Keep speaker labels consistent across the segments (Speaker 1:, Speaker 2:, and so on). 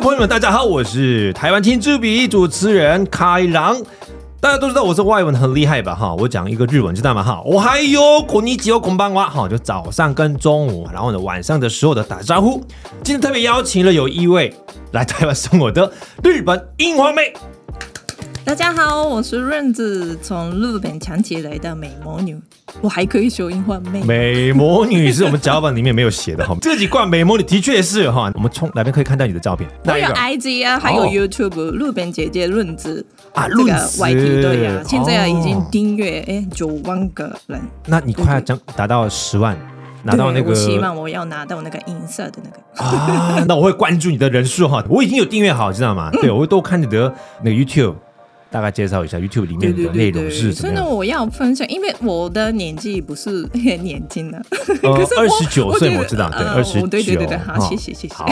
Speaker 1: 众们，大家好，我是台湾青之笔主持人开朗。大家都知道我是外文很厉害吧？哈，我讲一个日文知道吗？哈，我还有こんにちは、こんばんは。哈，就早上跟中午，然后呢晚上的时候的打招呼。今天特别邀请了有一位来台湾生活的日本樱花妹，
Speaker 2: 大家好，我是润子，从日本抢起来的美魔女，我还可以说英文妹。
Speaker 1: 美魔女是我们脚本里面没有写 的哈。这几罐美魔女的确是哈，我们从哪边可以看到你的照片？
Speaker 2: 我有
Speaker 1: 哪一个
Speaker 2: IG 啊，还有 YouTube，日本姐姐润子
Speaker 1: 啊
Speaker 2: 这个
Speaker 1: 润子
Speaker 2: YT 对呀、
Speaker 1: 哦
Speaker 2: 啊，现在已经订阅哎九万个人，
Speaker 1: 那你快要将达到十万，拿到那
Speaker 2: 对
Speaker 1: 个
Speaker 2: 我希望我要拿到那个银色的那个。
Speaker 1: 啊，那我会关注你的人数哈，我已经有订阅好，知道
Speaker 2: 嗯
Speaker 1: 吗？对，我会多看你的那个 YouTube，大概介绍一下 YouTube 里面的内容是怎
Speaker 2: 所
Speaker 1: 么
Speaker 2: 以呢，
Speaker 1: 样。
Speaker 2: 我要分享，因为我的年纪不是很年轻的，
Speaker 1: 呃
Speaker 2: 可是我
Speaker 1: 二十九岁
Speaker 2: 觉得
Speaker 1: 我知道，对，
Speaker 2: 呃
Speaker 1: 二十九，
Speaker 2: 对对对对，好，
Speaker 1: 哦
Speaker 2: 谢谢谢谢。
Speaker 1: 好，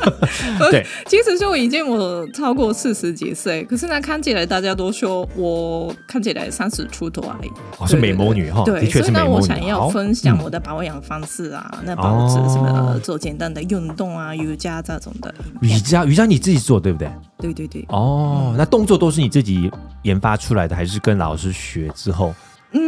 Speaker 1: 对，
Speaker 2: 其实说已经我超过四十几岁，可是呢，看起来大家都说我看起来三十出头而已。
Speaker 1: 哦是美魔女哈，
Speaker 2: 对，
Speaker 1: 的确
Speaker 2: 所以
Speaker 1: 是
Speaker 2: 呢，
Speaker 1: 美
Speaker 2: 我
Speaker 1: 魔
Speaker 2: 想
Speaker 1: 女。
Speaker 2: 要
Speaker 1: 好，嗯
Speaker 2: 分享我的保养方式啊，那保持什么呃做简单的运动啊、瑜伽这种的影
Speaker 1: 哦瑜
Speaker 2: 片。
Speaker 1: 伽，瑜伽你自己做对不对？
Speaker 2: 对对对，
Speaker 1: 哦，那动作都是你自己研发出来的，还是跟老师学之后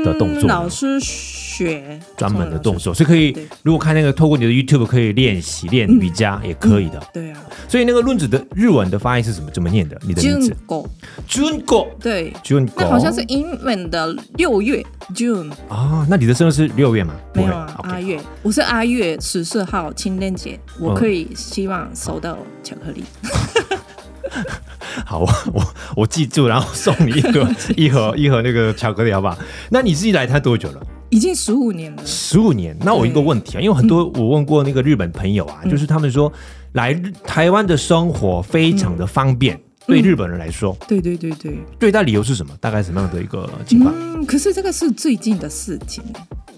Speaker 1: 的动
Speaker 2: 嗯，
Speaker 1: 作呢？
Speaker 2: 老师学
Speaker 1: 专门的动作，
Speaker 2: 作。
Speaker 1: 所以可以
Speaker 2: 对。嗯
Speaker 1: 如果看那个，透过你的 YouTube 可以练习练瑜伽，也可以的。
Speaker 2: 对啊，
Speaker 1: 所以那个论子的日文的发音是怎么怎么念的？你的名
Speaker 2: 军
Speaker 1: 字
Speaker 2: 狗
Speaker 1: Junko
Speaker 2: 对，
Speaker 1: Junko，
Speaker 2: 那好像是英文的六月 June
Speaker 1: 啊。那你的生日是六月吗？
Speaker 2: 没有啊，
Speaker 1: 不会
Speaker 2: 阿
Speaker 1: OK
Speaker 2: 月，我是阿月十四号情人节，我
Speaker 1: 嗯
Speaker 2: 可以希望收到巧克力。
Speaker 1: 好，我我我记住，然后送你一 个一盒一盒那个巧克力，好不好？那你自己来台多久了？
Speaker 2: 已经十五年了，
Speaker 1: 十五年。那我一个问题啊，
Speaker 2: 嗯
Speaker 1: 因为很多我问过那个日本朋友啊，就是他们说来日台湾的生活非常的方
Speaker 2: 嗯
Speaker 1: 便，对日本人来说，
Speaker 2: 对对对对，
Speaker 1: 最大理由是什么？大概什么样的一个情况？
Speaker 2: 嗯，可是这个是最近的事情，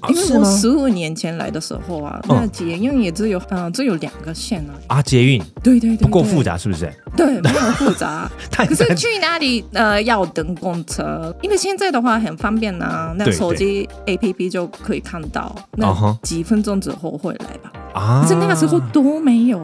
Speaker 1: 啊
Speaker 2: 因
Speaker 1: 是
Speaker 2: 为我
Speaker 1: 吗
Speaker 2: 十五年前来的时候啊，
Speaker 1: 嗯
Speaker 2: 那捷运也只有呃只有两个线而已，
Speaker 1: 啊，捷运
Speaker 2: 对对对，
Speaker 1: 不够
Speaker 2: 对
Speaker 1: 复，杂，是不是？
Speaker 2: 对，没有复杂。
Speaker 1: 太
Speaker 2: 可是
Speaker 1: 难
Speaker 2: 去哪里呃要等公车，因为现在的话很方便呐、那
Speaker 1: 对
Speaker 2: 手机 APP 就可以看到，
Speaker 1: 啊哈
Speaker 2: 那几分钟之后会来吧。
Speaker 1: 啊！
Speaker 2: 可是那个时候都没有，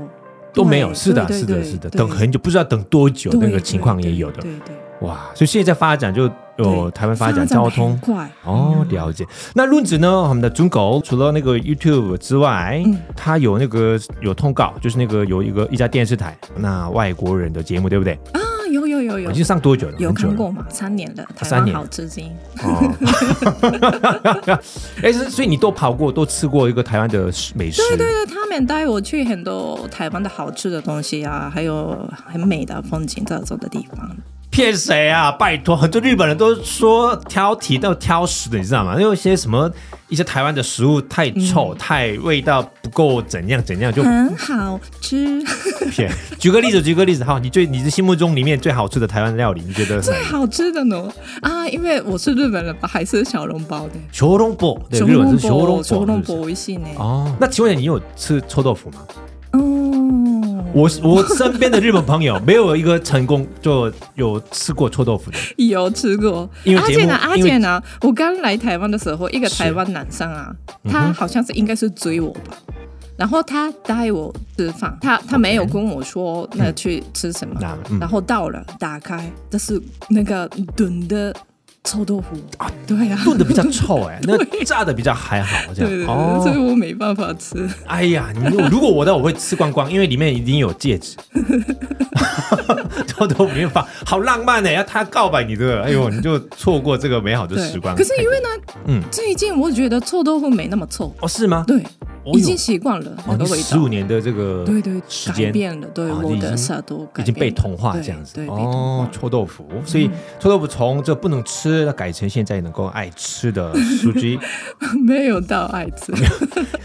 Speaker 1: 都没有，
Speaker 2: 对
Speaker 1: 是的，
Speaker 2: 对
Speaker 1: 是
Speaker 2: 对
Speaker 1: 的，
Speaker 2: 对
Speaker 1: 是的，
Speaker 2: 对
Speaker 1: 等很久，不知道等多久，
Speaker 2: 对
Speaker 1: 那个情况也有的
Speaker 2: 对，对对
Speaker 1: 哇！所以现在发展就
Speaker 2: 对
Speaker 1: 有台湾发展
Speaker 2: 得
Speaker 1: 交
Speaker 2: 很
Speaker 1: 通。
Speaker 2: 快啊嗯
Speaker 1: 哦，了解。那论子呢？我们的中狗除了那个 YouTube 之外，
Speaker 2: 嗯
Speaker 1: 它有那个有通告，就是那个有一个一家电视台，那外国人的节目，对不对？
Speaker 2: 啊，有有有有
Speaker 1: 已经上多久了？
Speaker 2: 有
Speaker 1: 很久
Speaker 2: 看
Speaker 1: 了
Speaker 2: 过吗？三年了，台
Speaker 1: 三
Speaker 2: 湾
Speaker 1: 年
Speaker 2: 好吃惊。
Speaker 1: 哦。 哎，是所以你都跑过，都吃过一个台湾的食美食，
Speaker 2: 对对对，他们带我去很多台湾的好吃的东西啊，还有很美的风景这种的地方。
Speaker 1: 骗谁啊？拜托，很多日本人都说挑剔到挑食的，你知道吗？因为一些什么一些台湾的食物太
Speaker 2: 嗯
Speaker 1: 臭、太味道不够怎样怎样，就
Speaker 2: 很好吃，
Speaker 1: 骗。举个例子，举个例子，好，你最你的心目中里面最好吃的台湾料理，你觉得是哪
Speaker 2: 最
Speaker 1: 一个？
Speaker 2: 好吃的呢啊！因为我是日本人吧，还是小笼包的。
Speaker 1: 小笼包，对，
Speaker 2: 小
Speaker 1: 日本
Speaker 2: 笼
Speaker 1: 是小笼
Speaker 2: 包，
Speaker 1: 包，
Speaker 2: 小笼包
Speaker 1: 是不是
Speaker 2: 美味しいね。
Speaker 1: 哦，那请问一下，你有吃臭豆腐吗？
Speaker 2: 嗯，
Speaker 1: 我我身边的日本朋友没有一个成功就有吃过臭豆腐的。
Speaker 2: 有吃过，啊
Speaker 1: 因为
Speaker 2: 而
Speaker 1: 节目
Speaker 2: 且呢，而
Speaker 1: 因为
Speaker 2: 且呢，我刚来台湾的时候，一个
Speaker 1: 是
Speaker 2: 台湾男生啊，
Speaker 1: 嗯哼
Speaker 2: 他好像是应该是追我吧，然后他带我吃饭，他他没有跟我说那去吃什么
Speaker 1: 那嗯，
Speaker 2: 然后到了打开，这是那个炖的臭豆腐啊，对呀、啊。
Speaker 1: 炖的比较臭哎、那个炸的比较还好这
Speaker 2: 对
Speaker 1: 样。
Speaker 2: 对对，
Speaker 1: 哦
Speaker 2: 所以我没办法吃。
Speaker 1: 哎呀，你如果我的我会吃光光，因为里面一定有戒指， 偷偷里面放，好浪漫呢、欸要他告白你的，哎呦，你就错过这个美好的
Speaker 2: 对
Speaker 1: 时，光。
Speaker 2: 可是因为呢，
Speaker 1: 嗯
Speaker 2: 最近我觉得臭豆腐没那么臭，
Speaker 1: 哦，是吗？
Speaker 2: 对，
Speaker 1: 哦
Speaker 2: 已经习惯了那
Speaker 1: 哦，
Speaker 2: 个
Speaker 1: 你
Speaker 2: 味道。
Speaker 1: 十五年的这个
Speaker 2: 对对，
Speaker 1: 时
Speaker 2: 改
Speaker 1: 间
Speaker 2: 变了，对
Speaker 1: 啊
Speaker 2: 我
Speaker 1: 已
Speaker 2: 的
Speaker 1: 经
Speaker 2: 舌头改
Speaker 1: 已经被
Speaker 2: 变了
Speaker 1: 同化
Speaker 2: 对
Speaker 1: 这样子
Speaker 2: 对，被同
Speaker 1: 哦
Speaker 2: 化，。嗯
Speaker 1: 臭豆腐，所以臭豆腐从这不能吃，那改成现在能够爱吃的酥鸡。
Speaker 2: 没有到爱滋。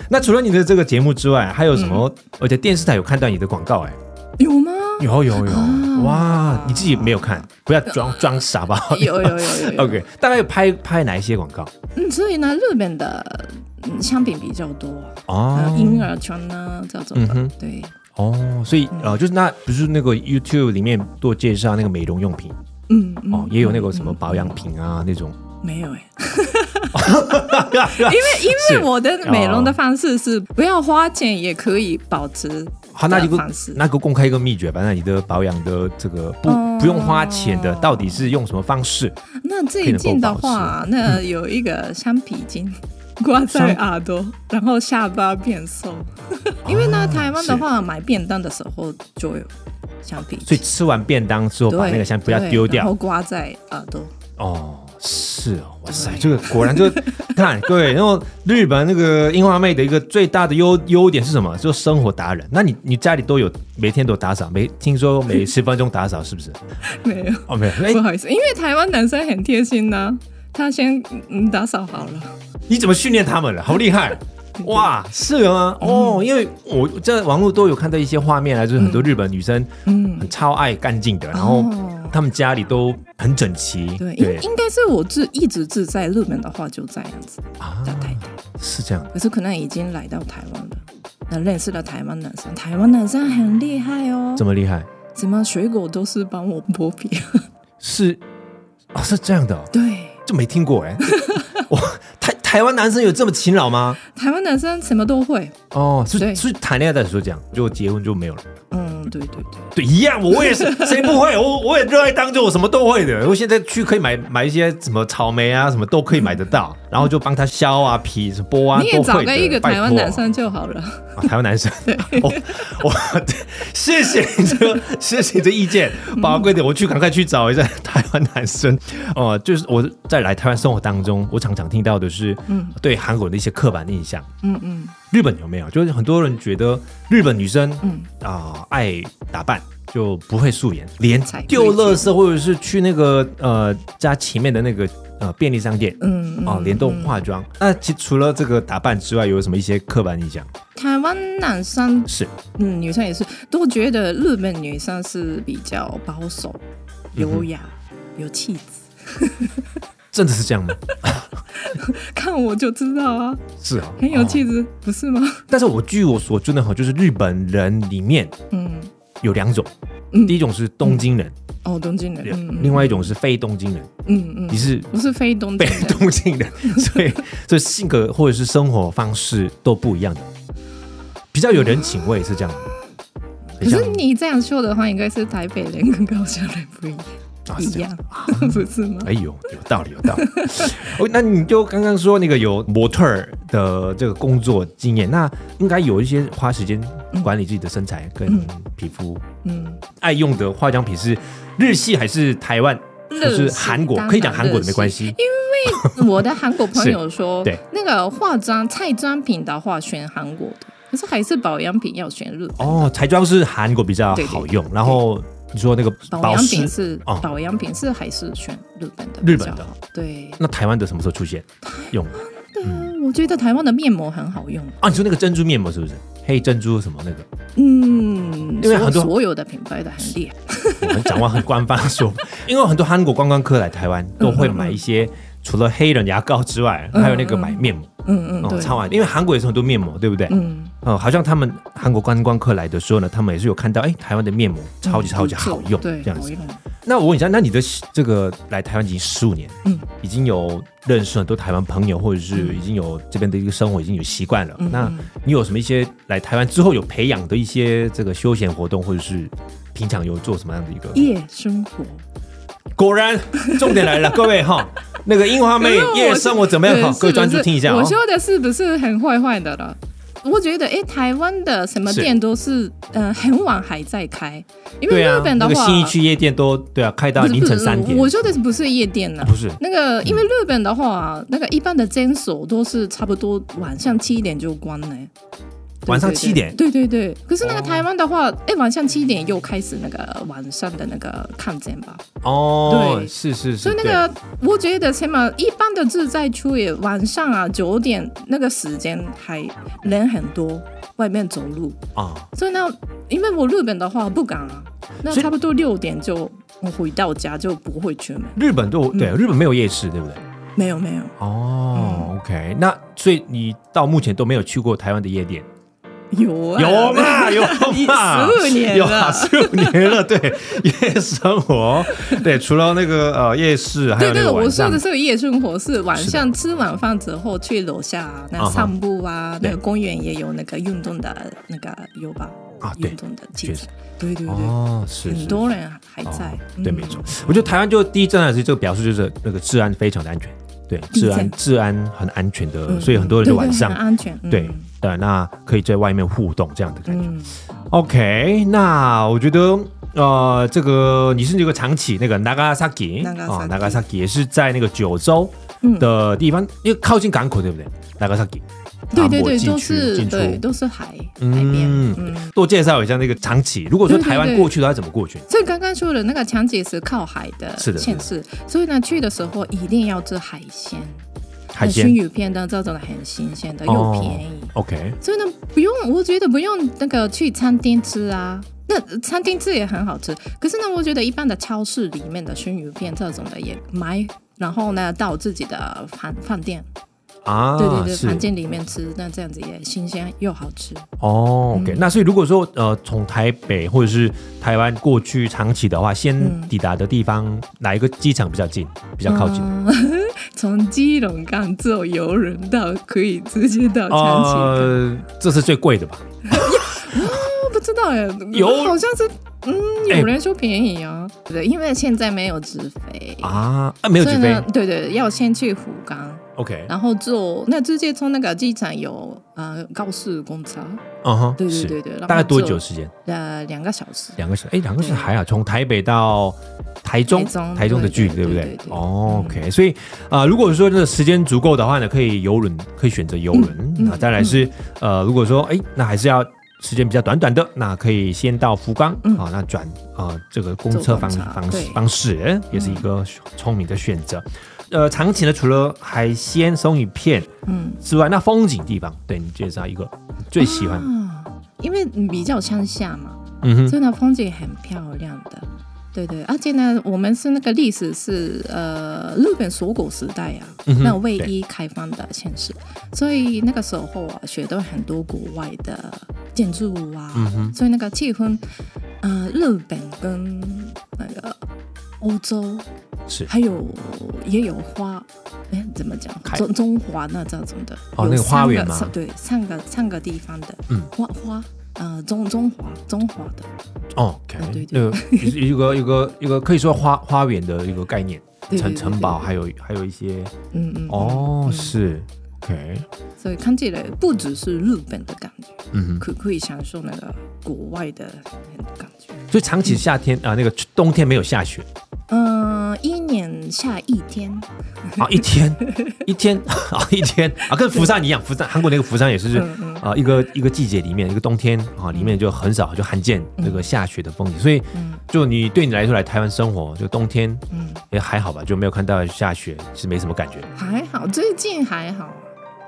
Speaker 1: 那除了你的这个节目之外，还有什
Speaker 2: 嗯
Speaker 1: 么？而且电视台有看到你的广告哎、
Speaker 2: 有吗？
Speaker 1: 有有有，
Speaker 2: 啊
Speaker 1: 哇！你自己没有看，不要装装傻 吧。
Speaker 2: 有有有有 有。
Speaker 1: OK，大概拍拍哪一些广告？
Speaker 2: 嗯，所以呢，日本的嗯商品比较多，呃
Speaker 1: 哦，
Speaker 2: 婴儿床呢这种
Speaker 1: 嗯哼
Speaker 2: 的，对，
Speaker 1: 哦，所以呃，就是那不是那个 YouTube 里面多介绍那个美容用品
Speaker 2: 嗯
Speaker 1: 哦
Speaker 2: 嗯，，
Speaker 1: 也有那个什么保养品啊那种。
Speaker 2: 没有哎，因为因
Speaker 1: 是
Speaker 2: 嗯
Speaker 1: 哦
Speaker 2: 为我的美容的方式是不要花钱也可以保持
Speaker 1: 好，那你给我
Speaker 2: 哎方式
Speaker 1: 那给我公开一个秘诀吧。那你的保养的这个不、不用花钱的，
Speaker 2: 哦
Speaker 1: 到底是用什么方式？
Speaker 2: 那这一件的话，那
Speaker 1: 嗯
Speaker 2: 有一个橡皮筋 挂在耳朵，然后下巴变瘦。因为呢，
Speaker 1: 啊
Speaker 2: 台湾的，话买便当的时候就有橡皮
Speaker 1: 是所以
Speaker 2: 筋，
Speaker 1: 吃完便当之后
Speaker 2: 对，
Speaker 1: 把那个香不要
Speaker 2: 对
Speaker 1: 丢
Speaker 2: 然后
Speaker 1: 掉
Speaker 2: 挂在耳朵。
Speaker 1: 哦。是哦，哇塞，
Speaker 2: 对
Speaker 1: 这个果然就 看各位，然后日本那个樱花妹的一个最大的优优点是什么？就是生活达人。那你你家里都有每天都有打扫，每听说 每十分钟打扫是不是？
Speaker 2: 没有，
Speaker 1: 哦，没有，哎、
Speaker 2: 不好意思，因为台湾男生很贴心呢、他先嗯打扫好了。
Speaker 1: 你怎么训练他们了？好厉 害！哇，是吗？哦，
Speaker 2: 嗯
Speaker 1: 因为我在网络都有看到一些画面啊，就是很多日本女生
Speaker 2: 嗯
Speaker 1: 很超爱干净的，然后
Speaker 2: 哦
Speaker 1: 他们家里都很整齐。
Speaker 2: 对，应应该是我自一直自在日本的话就这样子
Speaker 1: 啊
Speaker 2: 的，态度，
Speaker 1: 是这样的。
Speaker 2: 可是可能已经来到台湾了。那认识了台湾男生，台湾男生很厉害哦，
Speaker 1: 这么厉害？
Speaker 2: 怎么水果都是帮我剥皮？
Speaker 1: 是啊，是这样的哦，
Speaker 2: 对，
Speaker 1: 就没听过 哎。哇，台台湾男生有这么勤劳吗？
Speaker 2: 台湾男生什么都会。
Speaker 1: 哦，是
Speaker 2: 对
Speaker 1: 是谈恋爱的时候这样，就结婚就没有了。
Speaker 2: 嗯，对对对，
Speaker 1: 对，一样，我也 是，谁不会？我我也热爱当中，我什么都会的。我现在去可以买买一些什么草莓啊，什么都可以买得到，然后就帮他削啊、皮、剥啊，
Speaker 2: 你也
Speaker 1: 都
Speaker 2: 找
Speaker 1: 会
Speaker 2: 个
Speaker 1: 的
Speaker 2: 一个
Speaker 1: 拜
Speaker 2: 台湾
Speaker 1: 托
Speaker 2: 男生就好了。
Speaker 1: 啊，台湾男生， 我我谢谢你这个，谢谢你的意见，宝贵的，我去赶快去找一下台湾男生。哦、就是我在来台湾生活当中，我常常听到的是，嗯，对韩国人的一些刻板印象。
Speaker 2: 嗯嗯，
Speaker 1: 日本有没有？就是很多人觉得日本女生，嗯
Speaker 2: 嗯
Speaker 1: 啊、爱打扮就不会素颜，连
Speaker 2: 才贵
Speaker 1: 丢垃圾或者是去那个呃家前面的那个呃便利商店，
Speaker 2: 嗯嗯
Speaker 1: 啊、联动化妆。那其实除了这个打扮之外，有什么一些刻板印象？
Speaker 2: 台湾男生
Speaker 1: 是
Speaker 2: 嗯，女生也是，都觉得日本女生是比较保守、优雅、
Speaker 1: 嗯
Speaker 2: 有气质。
Speaker 1: 真的是这 样吗？
Speaker 2: 看我就知道啊，
Speaker 1: 是啊，
Speaker 2: 很有
Speaker 1: 哦
Speaker 2: 气质，不是吗？
Speaker 1: 但是我据我所知呢，哈，就是日本人里面
Speaker 2: 嗯，
Speaker 1: 有两种，
Speaker 2: 嗯
Speaker 1: 第一种是东京人，
Speaker 2: 哦，东京人，嗯，
Speaker 1: 另外一种是非东京人。
Speaker 2: 嗯嗯
Speaker 1: 你，是
Speaker 2: 我是非东京
Speaker 1: 被
Speaker 2: 人，
Speaker 1: 动性 的，所以所以性格或者是生活方式都不一样的，比较有人情味是这样的。
Speaker 2: 可是你这样说的话，应该是台北人跟高雄人不一样，
Speaker 1: 啊
Speaker 2: 一
Speaker 1: 是这样
Speaker 2: 样， 不是吗？
Speaker 1: 哎呦，有道理，有 道理。哦，那你就刚刚说那个有模特儿的这个工作经验，那应该有一些花时间管理自己的身材跟皮肤。
Speaker 2: 嗯，
Speaker 1: 爱用的化妆品是日系还是台湾？还是
Speaker 2: 日系
Speaker 1: 韩国
Speaker 2: 当然
Speaker 1: 可以讲韩国的
Speaker 2: 日
Speaker 1: 没
Speaker 2: 系
Speaker 1: 关系，
Speaker 2: 我的韩国朋友说，
Speaker 1: 对
Speaker 2: 那个化妆彩妆品的话选韩国的，可是还是保养品要选日本。
Speaker 1: 哦，彩妆是韩国比较
Speaker 2: 对对
Speaker 1: 好用，然后你说那个
Speaker 2: 保
Speaker 1: 保
Speaker 2: 养
Speaker 1: 湿
Speaker 2: 品，是
Speaker 1: 哦
Speaker 2: 保养品是还是选日本的？
Speaker 1: 日本的，嗯
Speaker 2: 对。
Speaker 1: 那台湾的什么时候出现用？
Speaker 2: 对啊，我觉得台湾的面膜很好用。
Speaker 1: 啊，你说那个珍珠面膜是不是？黑珍珠什么那个？
Speaker 2: 嗯，
Speaker 1: 因为很多
Speaker 2: 所所有的品牌都很厉害。
Speaker 1: 我们讲话很官方说，因为很多韩国观光客来台湾都会买一些除了黑人牙膏之外，还有那个买面膜，
Speaker 2: 嗯嗯，
Speaker 1: 哦，
Speaker 2: 对，
Speaker 1: 超爱的。因为韩国也是很多面膜，对不对？
Speaker 2: 嗯，
Speaker 1: 呃，好像他们韩国观光客来的时候呢，他们也是有看到，哎，台湾的面膜超级超级好用，
Speaker 2: 嗯对，
Speaker 1: 这样子
Speaker 2: 好。用。
Speaker 1: 那我问一下，那你的这个来台湾已经十五年，
Speaker 2: 嗯，
Speaker 1: 已经有认识很多台湾朋友，或者是已经有这边的一个生活已经有习惯了。
Speaker 2: 嗯
Speaker 1: 那你有什么一些来台湾之后有培养的一些这个休闲活动，或者是平常有做什么样的一个？
Speaker 2: 夜生活，
Speaker 1: 果然，重点来了，各位哈，那个樱花妹
Speaker 2: 可是我
Speaker 1: 夜生活怎么样？
Speaker 2: 对
Speaker 1: 哈，
Speaker 2: 是
Speaker 1: 各位专
Speaker 2: 不
Speaker 1: 注
Speaker 2: 是
Speaker 1: 听一下
Speaker 2: 我
Speaker 1: 哦。
Speaker 2: 说的是不是很坏坏的了？我觉得，哎，台湾的什么
Speaker 1: 是
Speaker 2: 店都是，嗯，很晚还在开，因为
Speaker 1: 对啊
Speaker 2: 日，本的
Speaker 1: 那个
Speaker 2: 话，
Speaker 1: 新一区夜店都对啊，开到
Speaker 2: 不是
Speaker 1: 凌晨
Speaker 2: 不是
Speaker 1: 三点。
Speaker 2: 我说的不是夜店呢
Speaker 1: 啊，不是
Speaker 2: 那个，因为日本的话，那个一般的诊所都是差不多晚上七点就关了。对
Speaker 1: 晚上
Speaker 2: 对
Speaker 1: 七点
Speaker 2: 对对对。可是那
Speaker 1: 哦
Speaker 2: 个台湾的话，哎、晚上七点又开始那个晚上的那个看诊吧。
Speaker 1: 哦，
Speaker 2: 对
Speaker 1: 是是是，
Speaker 2: 所以那
Speaker 1: 对
Speaker 2: 个，我觉得起码一般的自在区也晚上啊九点那个时间还人很多，外面走路。
Speaker 1: 啊，
Speaker 2: 所以呢，因为我日本的话不敢啊，那
Speaker 1: 所以
Speaker 2: 差不多六点就我回到家就不会出门。
Speaker 1: 日本都
Speaker 2: 嗯
Speaker 1: 对，日本没有夜市，对不对？
Speaker 2: 没有没有，
Speaker 1: 哦、o
Speaker 2: 嗯
Speaker 1: k 那所以你到目前都没有去过台湾的夜店，
Speaker 2: 有啊
Speaker 1: 有嘛有
Speaker 2: 你
Speaker 1: 嘛，
Speaker 2: 15年
Speaker 1: 有
Speaker 2: 了
Speaker 1: 啊，十五年了，对，夜生活，对，除了那个呃夜市，还有 那
Speaker 2: 对对，
Speaker 1: 个晚
Speaker 2: 我说
Speaker 1: 上
Speaker 2: 的，是夜生活，是晚
Speaker 1: 是的
Speaker 2: 上吃晚饭之后去楼下
Speaker 1: 啊
Speaker 2: 那
Speaker 1: 哈
Speaker 2: 散步啊，那
Speaker 1: 对
Speaker 2: 个公园也有那个运动的那个有吧？
Speaker 1: 啊对
Speaker 2: 运动的记
Speaker 1: 确
Speaker 2: 者
Speaker 1: 实，
Speaker 2: 对对对，
Speaker 1: 哦，是是
Speaker 2: 很多人还在，
Speaker 1: 哦对，
Speaker 2: 嗯
Speaker 1: 没错。我觉得台湾就第一震撼是这个表述，就是那个治安非常的安全，对，治安
Speaker 2: 嗯
Speaker 1: 治安很安全的，
Speaker 2: 嗯
Speaker 1: 所以很多人就
Speaker 2: 对对
Speaker 1: 晚上
Speaker 2: 很安全，嗯
Speaker 1: 对对，那可以在外面互动这样的感觉。
Speaker 2: 음。嗯，
Speaker 1: OK，那我觉得。呃，这个你是那个长崎那个 Nagasaki
Speaker 2: Nagasaki
Speaker 1: 啊，Nagasaki 也是在那个九州
Speaker 2: 嗯
Speaker 1: 的地方，因为靠近港口，对不对？Nagasaki，
Speaker 2: 对对
Speaker 1: 啊
Speaker 2: 对，
Speaker 1: 墨
Speaker 2: 都
Speaker 1: 迹区
Speaker 2: 是
Speaker 1: 进出
Speaker 2: 对，都是海海边，
Speaker 1: 嗯
Speaker 2: 嗯。
Speaker 1: 多介绍一下那个长崎。如果说
Speaker 2: 对对
Speaker 1: 台湾
Speaker 2: 对
Speaker 1: 过去的话，怎么过去？
Speaker 2: 所以刚刚说的那个强姐是靠海的
Speaker 1: 是的
Speaker 2: 县市，所以呢去的时候一定要吃海鲜，
Speaker 1: 海
Speaker 2: 那熏
Speaker 1: 鲜
Speaker 2: 鱼片的这种很新鲜的又
Speaker 1: 哦
Speaker 2: 便宜，
Speaker 1: ，OK，
Speaker 2: 所以呢不用，我觉得不用那个去餐厅吃啊。那餐厅吃也很好吃，可是呢，我觉得一般的超市里面的熏鱼片这种的也买，然后呢到自己的饭饭店，
Speaker 1: 啊，
Speaker 2: 对对对，
Speaker 1: 是
Speaker 2: 饭店里面吃，那这样子也新鲜又好吃。
Speaker 1: 哦，OK，、那所以
Speaker 2: 嗯
Speaker 1: 如果说呃从台北或者是台湾过去长崎的话，先
Speaker 2: 嗯
Speaker 1: 抵达的地方、哪一个机场比较近，比较靠近？
Speaker 2: 嗯从基隆港坐游轮到可以直接到哦长崎港，
Speaker 1: 呃，这是最贵的吧？
Speaker 2: 我不知道哎，
Speaker 1: 有
Speaker 2: 好像是嗯，
Speaker 1: 哎
Speaker 2: 有人说便宜啊，对，因为现在没有直飞，
Speaker 1: 啊啊，没有
Speaker 2: 所以
Speaker 1: 直
Speaker 2: 呢
Speaker 1: 飞，
Speaker 2: 对对，要先去福冈，
Speaker 1: ，OK，
Speaker 2: 然后坐那直接从那个机场有呃高速公车，
Speaker 1: 嗯哼，
Speaker 2: 对对
Speaker 1: 是
Speaker 2: 对对然后
Speaker 1: 大概多久
Speaker 2: 就
Speaker 1: 时间？
Speaker 2: 呃，两个小时。
Speaker 1: 两个小时？哎，两个小时
Speaker 2: 对
Speaker 1: 还好，从台北到台中，
Speaker 2: 台中
Speaker 1: 的
Speaker 2: 对
Speaker 1: 距离，
Speaker 2: 对
Speaker 1: 不
Speaker 2: 对
Speaker 1: 对
Speaker 2: 对对嗯
Speaker 1: 哦，OK，所以啊、呃如果说这个时间足够的话呢，可以游轮，可以选择游轮。
Speaker 2: 嗯
Speaker 1: 那再来是、呃，如果说哎，那还是要时间比较短短的，那可以先到福冈，好、
Speaker 2: 嗯
Speaker 1: 那转啊、呃这个公
Speaker 2: 坐
Speaker 1: 车
Speaker 2: 公
Speaker 1: 方
Speaker 2: 车
Speaker 1: 方
Speaker 2: 对嗯
Speaker 1: 方式也是一个聪明的选择。呃，长崎呢，除了海鲜、松鱼片
Speaker 2: 嗯，
Speaker 1: 之外，那风景地方，对你介绍一个最喜欢，
Speaker 2: 啊，因为比较乡下嘛，
Speaker 1: 嗯哼，
Speaker 2: 所以呢风景很漂亮的。对对，而且呢，我们是那个历史是呃日本锁国时代啊，
Speaker 1: 嗯哼
Speaker 2: 那唯一开放的县市，所以那个时候啊，学到很多国外的建筑物啊，
Speaker 1: 嗯哼
Speaker 2: 所以那个气氛，呃，日本跟那个欧洲
Speaker 1: 是
Speaker 2: 还有也有花，哎，怎么讲？
Speaker 1: 开
Speaker 2: 中中华那这种的，
Speaker 1: 哦
Speaker 2: 有
Speaker 1: 那个花
Speaker 2: 三
Speaker 1: 园吗
Speaker 2: 三对，三个三个地方的，
Speaker 1: 嗯
Speaker 2: 花花。呃，中中华中华的，
Speaker 1: 哦
Speaker 2: 啊
Speaker 1: ，OK，
Speaker 2: 对
Speaker 1: 那
Speaker 2: 对
Speaker 1: 个一个一个一个可以说花花园的一个概念，
Speaker 2: 对对
Speaker 1: 城
Speaker 2: 对
Speaker 1: 城堡还有还有一些
Speaker 2: 嗯嗯，
Speaker 1: 哦
Speaker 2: 嗯，
Speaker 1: 是 OK，
Speaker 2: 所以看起来不只是日本的感觉，
Speaker 1: 嗯哼，
Speaker 2: 可可以享受那个国外的感觉。
Speaker 1: 所以长期夏天啊，那个冬天没有下雪
Speaker 2: 嗯、一年下一天，
Speaker 1: 啊，一 天一天啊一天啊，跟釜山一样，釜山韩国那个釜山也是
Speaker 2: 嗯嗯
Speaker 1: 啊一个一个季节里面一个冬天啊里面就很少就罕见那个下雪的风景，所以
Speaker 2: 嗯
Speaker 1: 就你对你来说来台湾生活就冬天
Speaker 2: 嗯，
Speaker 1: 也还好吧，就没有看到下雪是没什么感觉。
Speaker 2: 还好，最近还好。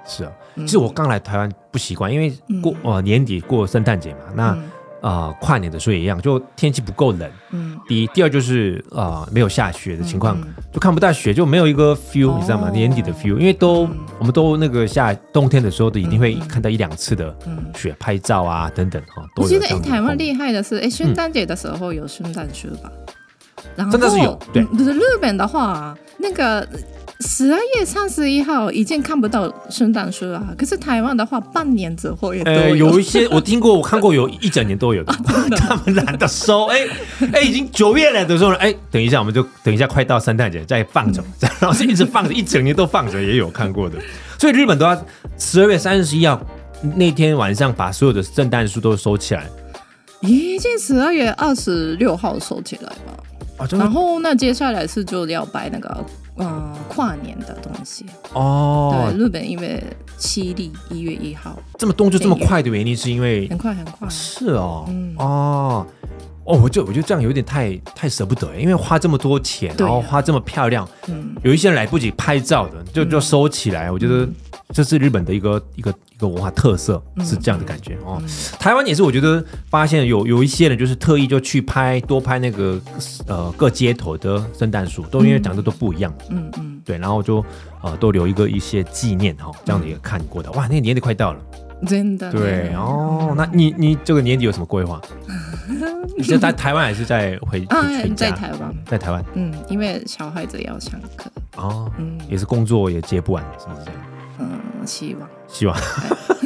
Speaker 1: 是啊，
Speaker 2: 嗯
Speaker 1: 其实我刚来台湾不习惯，因为过呃年底过圣诞节嘛，那
Speaker 2: 嗯
Speaker 1: 啊跨年的时候也一样，就天气不够冷。
Speaker 2: 嗯，
Speaker 1: 第一，第二就是啊没有下雪的情况
Speaker 2: 嗯嗯，
Speaker 1: 就看不到雪，就没有一个 feel，
Speaker 2: 哦
Speaker 1: 你知道吗？年底的 feel，因为都
Speaker 2: 嗯
Speaker 1: 我们都那个下冬天的时候都一定会看到一两次的
Speaker 2: 嗯
Speaker 1: 雪，拍照啊等等啊，都
Speaker 2: 我
Speaker 1: 有
Speaker 2: 觉
Speaker 1: 这
Speaker 2: 得诶
Speaker 1: 样的
Speaker 2: 台湾
Speaker 1: 风
Speaker 2: 厉害的是，哎，圣诞节的时候有圣诞树吧？然后
Speaker 1: 真的是有对
Speaker 2: 嗯不是日本的话，那个十二月三十一号已经看不到圣诞树了，可是台湾的话，半年之 后也都
Speaker 1: 呃，有
Speaker 2: 有
Speaker 1: 一些我听过，我看过有一整年都 有的，啊他们懒得收。 哎、哎、已经九月了的时候呢，哎、等一下我们就等一下快到圣诞节再放着， 然后是一直放着，一整年都放着，也有看过的。所以日本都要十二月三十一号那天晚上把所有的圣诞树都收起来
Speaker 2: 已经十二月二十六号收起来吧。
Speaker 1: 哦，真
Speaker 2: 然后那接下来是就要摆那个嗯跨年的东西，
Speaker 1: 哦
Speaker 2: 对，，日本因为七历一月一号，
Speaker 1: 这么动作这么快的原因是因为
Speaker 2: 很快很快，
Speaker 1: 是哦，
Speaker 2: 嗯
Speaker 1: 哦。哦，我就我就这样有点太太舍不得，因为花这么多钱，
Speaker 2: 对
Speaker 1: 然
Speaker 2: 啊
Speaker 1: 后花这么漂亮，
Speaker 2: 嗯，
Speaker 1: 有一些人来不及拍照的，就就收起来。我觉得这是日本的一个一个一个文化特色，
Speaker 2: 嗯
Speaker 1: 是这样的感觉哦。台湾也是，我觉得发现有有一些人就是特意就去拍多拍那个呃各街头的圣诞树，都因为长得都不一样，
Speaker 2: 嗯嗯，
Speaker 1: 对，然后就呃都留一个一些纪念哈、哦，这样的一个看过的。哇，那个年底快到了，
Speaker 2: 真的
Speaker 1: 对哦，那你你这个年底有什么规 划？你是在台湾还是在回
Speaker 2: 啊
Speaker 1: 回全，
Speaker 2: 在
Speaker 1: 家？
Speaker 2: 台湾，
Speaker 1: 在台湾
Speaker 2: 嗯，因为小孩子要上课，
Speaker 1: 哦，
Speaker 2: 嗯呃
Speaker 1: 也是工作也接不完，是不是这样？
Speaker 2: 嗯，希望
Speaker 1: 希望。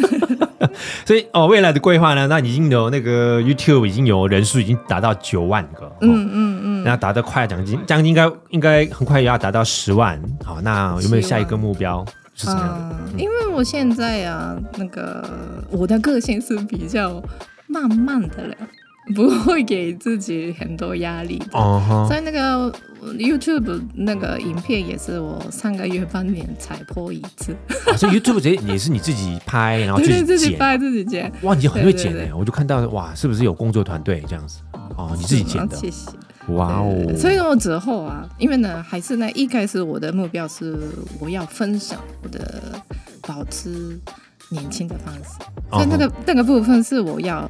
Speaker 1: 所以哦，未来的规划呢，那已经有那个 YouTube 已经有人数已经达到九万个，嗯嗯嗯，那达到快奖金，将近应该应该很快也要达到十万，好，那有没有下一个目标是怎么样的？
Speaker 2: 嗯，因为我现在啊，那个我的个性是比较慢慢的了，不会给自己很多压力。
Speaker 1: 哦哈，
Speaker 2: 所以那个呃 YouTube 那个影片也是我上个月半年才播一次，
Speaker 1: 啊所以 YouTube 直接也是你自己拍，然后
Speaker 2: 对对，
Speaker 1: 自
Speaker 2: 自
Speaker 1: 己
Speaker 2: 己
Speaker 1: 剪，
Speaker 2: 拍自己剪，
Speaker 1: 哇，你很会剪
Speaker 2: 对对
Speaker 1: 哎，
Speaker 2: 对
Speaker 1: 我就看到哇，是不是有工作团队这样子？哦，你自己剪的，
Speaker 2: 谢谢。
Speaker 1: 哇哦，
Speaker 2: 所以我之后啊，因为呢，还是呢，一开始我的目标是我要分享我的保持年轻的方式，
Speaker 1: 哦
Speaker 2: 所以
Speaker 1: 嗯
Speaker 2: 那个、那个部分是我要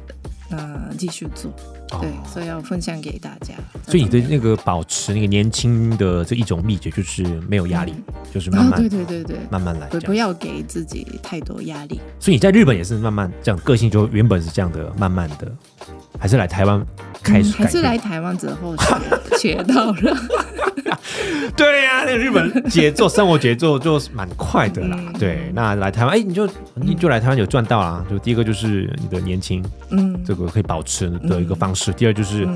Speaker 2: 呃继续做，
Speaker 1: 哦
Speaker 2: 对，所以要分享给大家。
Speaker 1: 所以你的那个保持那个年轻的这一种秘诀，就是没有压力，就是慢
Speaker 2: 啊，
Speaker 1: 慢、
Speaker 2: 对对对对，
Speaker 1: 慢慢来
Speaker 2: 不
Speaker 1: 这
Speaker 2: 不
Speaker 1: 样。
Speaker 2: 要给自己太多压力。
Speaker 1: 所以你在日本也是慢慢这样，个性就原本是这样的，慢慢的，还是来台湾开始
Speaker 2: 嗯还
Speaker 1: 改
Speaker 2: 是
Speaker 1: 变？
Speaker 2: 来台湾之后学学到了，
Speaker 1: 对呀、那个日本节奏生活节奏就蛮快的啦。
Speaker 2: 嗯
Speaker 1: 对，那来台湾，哎、你就你就来台湾有赚到啊。就第一个就是你的年轻，
Speaker 2: 嗯，
Speaker 1: 这个可以保持的一个方式；第二就是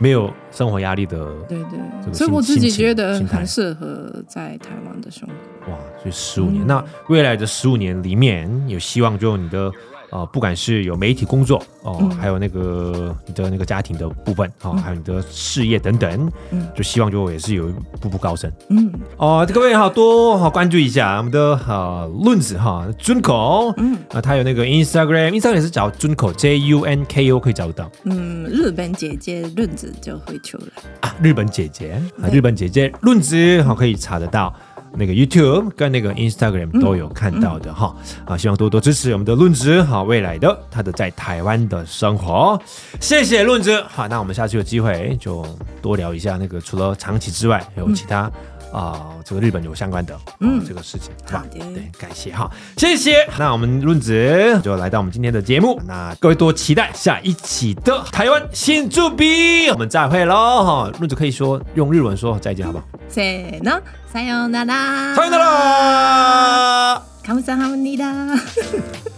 Speaker 1: 没有生活压力的，
Speaker 2: 对
Speaker 1: 这个
Speaker 2: 对，
Speaker 1: 心
Speaker 2: 所以我自己
Speaker 1: 心情
Speaker 2: 觉得
Speaker 1: 心态
Speaker 2: 很适合在台湾的生活。
Speaker 1: 哇，所以十五年，那未来的十五年里面，有希望就你的呃，不管是有媒体工作哦、
Speaker 2: 嗯
Speaker 1: 还有那个你的那个家庭的部分哦、还有你的事业等等，
Speaker 2: 嗯
Speaker 1: 就希望就也是有一步步高升
Speaker 2: 嗯，
Speaker 1: 哦、各位好多好关注一下我们的呃论子哈尊口，嗯啊、他有那个 Instagram，Instagram 也是找尊口 J U N K O 可以找得到
Speaker 2: 嗯，日本姐姐论子就会出来。
Speaker 1: 啊，日本姐姐啊，
Speaker 2: 对
Speaker 1: 日本姐姐论子好可以查得到。那个 YouTube 跟那个
Speaker 2: 嗯
Speaker 1: Instagram 都有看到的哈、啊，希望多多支持我们的论子好未来的他的在台湾的生活，谢谢论子好，那我们下次有机会就多聊一下那个除了长崎之外，还有其他啊、这个日本有相关的、嗯
Speaker 2: 嗯
Speaker 1: 这个事情，好吧
Speaker 2: 好？的
Speaker 1: 对，感谢哈，谢谢。那我们论子就来到我们今天的节目，那各位多期待下一期的台湾新驻兵，我们再会喽哈。论子可以说用日文说再见好不好？
Speaker 2: せーの、さようなら。
Speaker 1: さよなら
Speaker 2: 감사합니다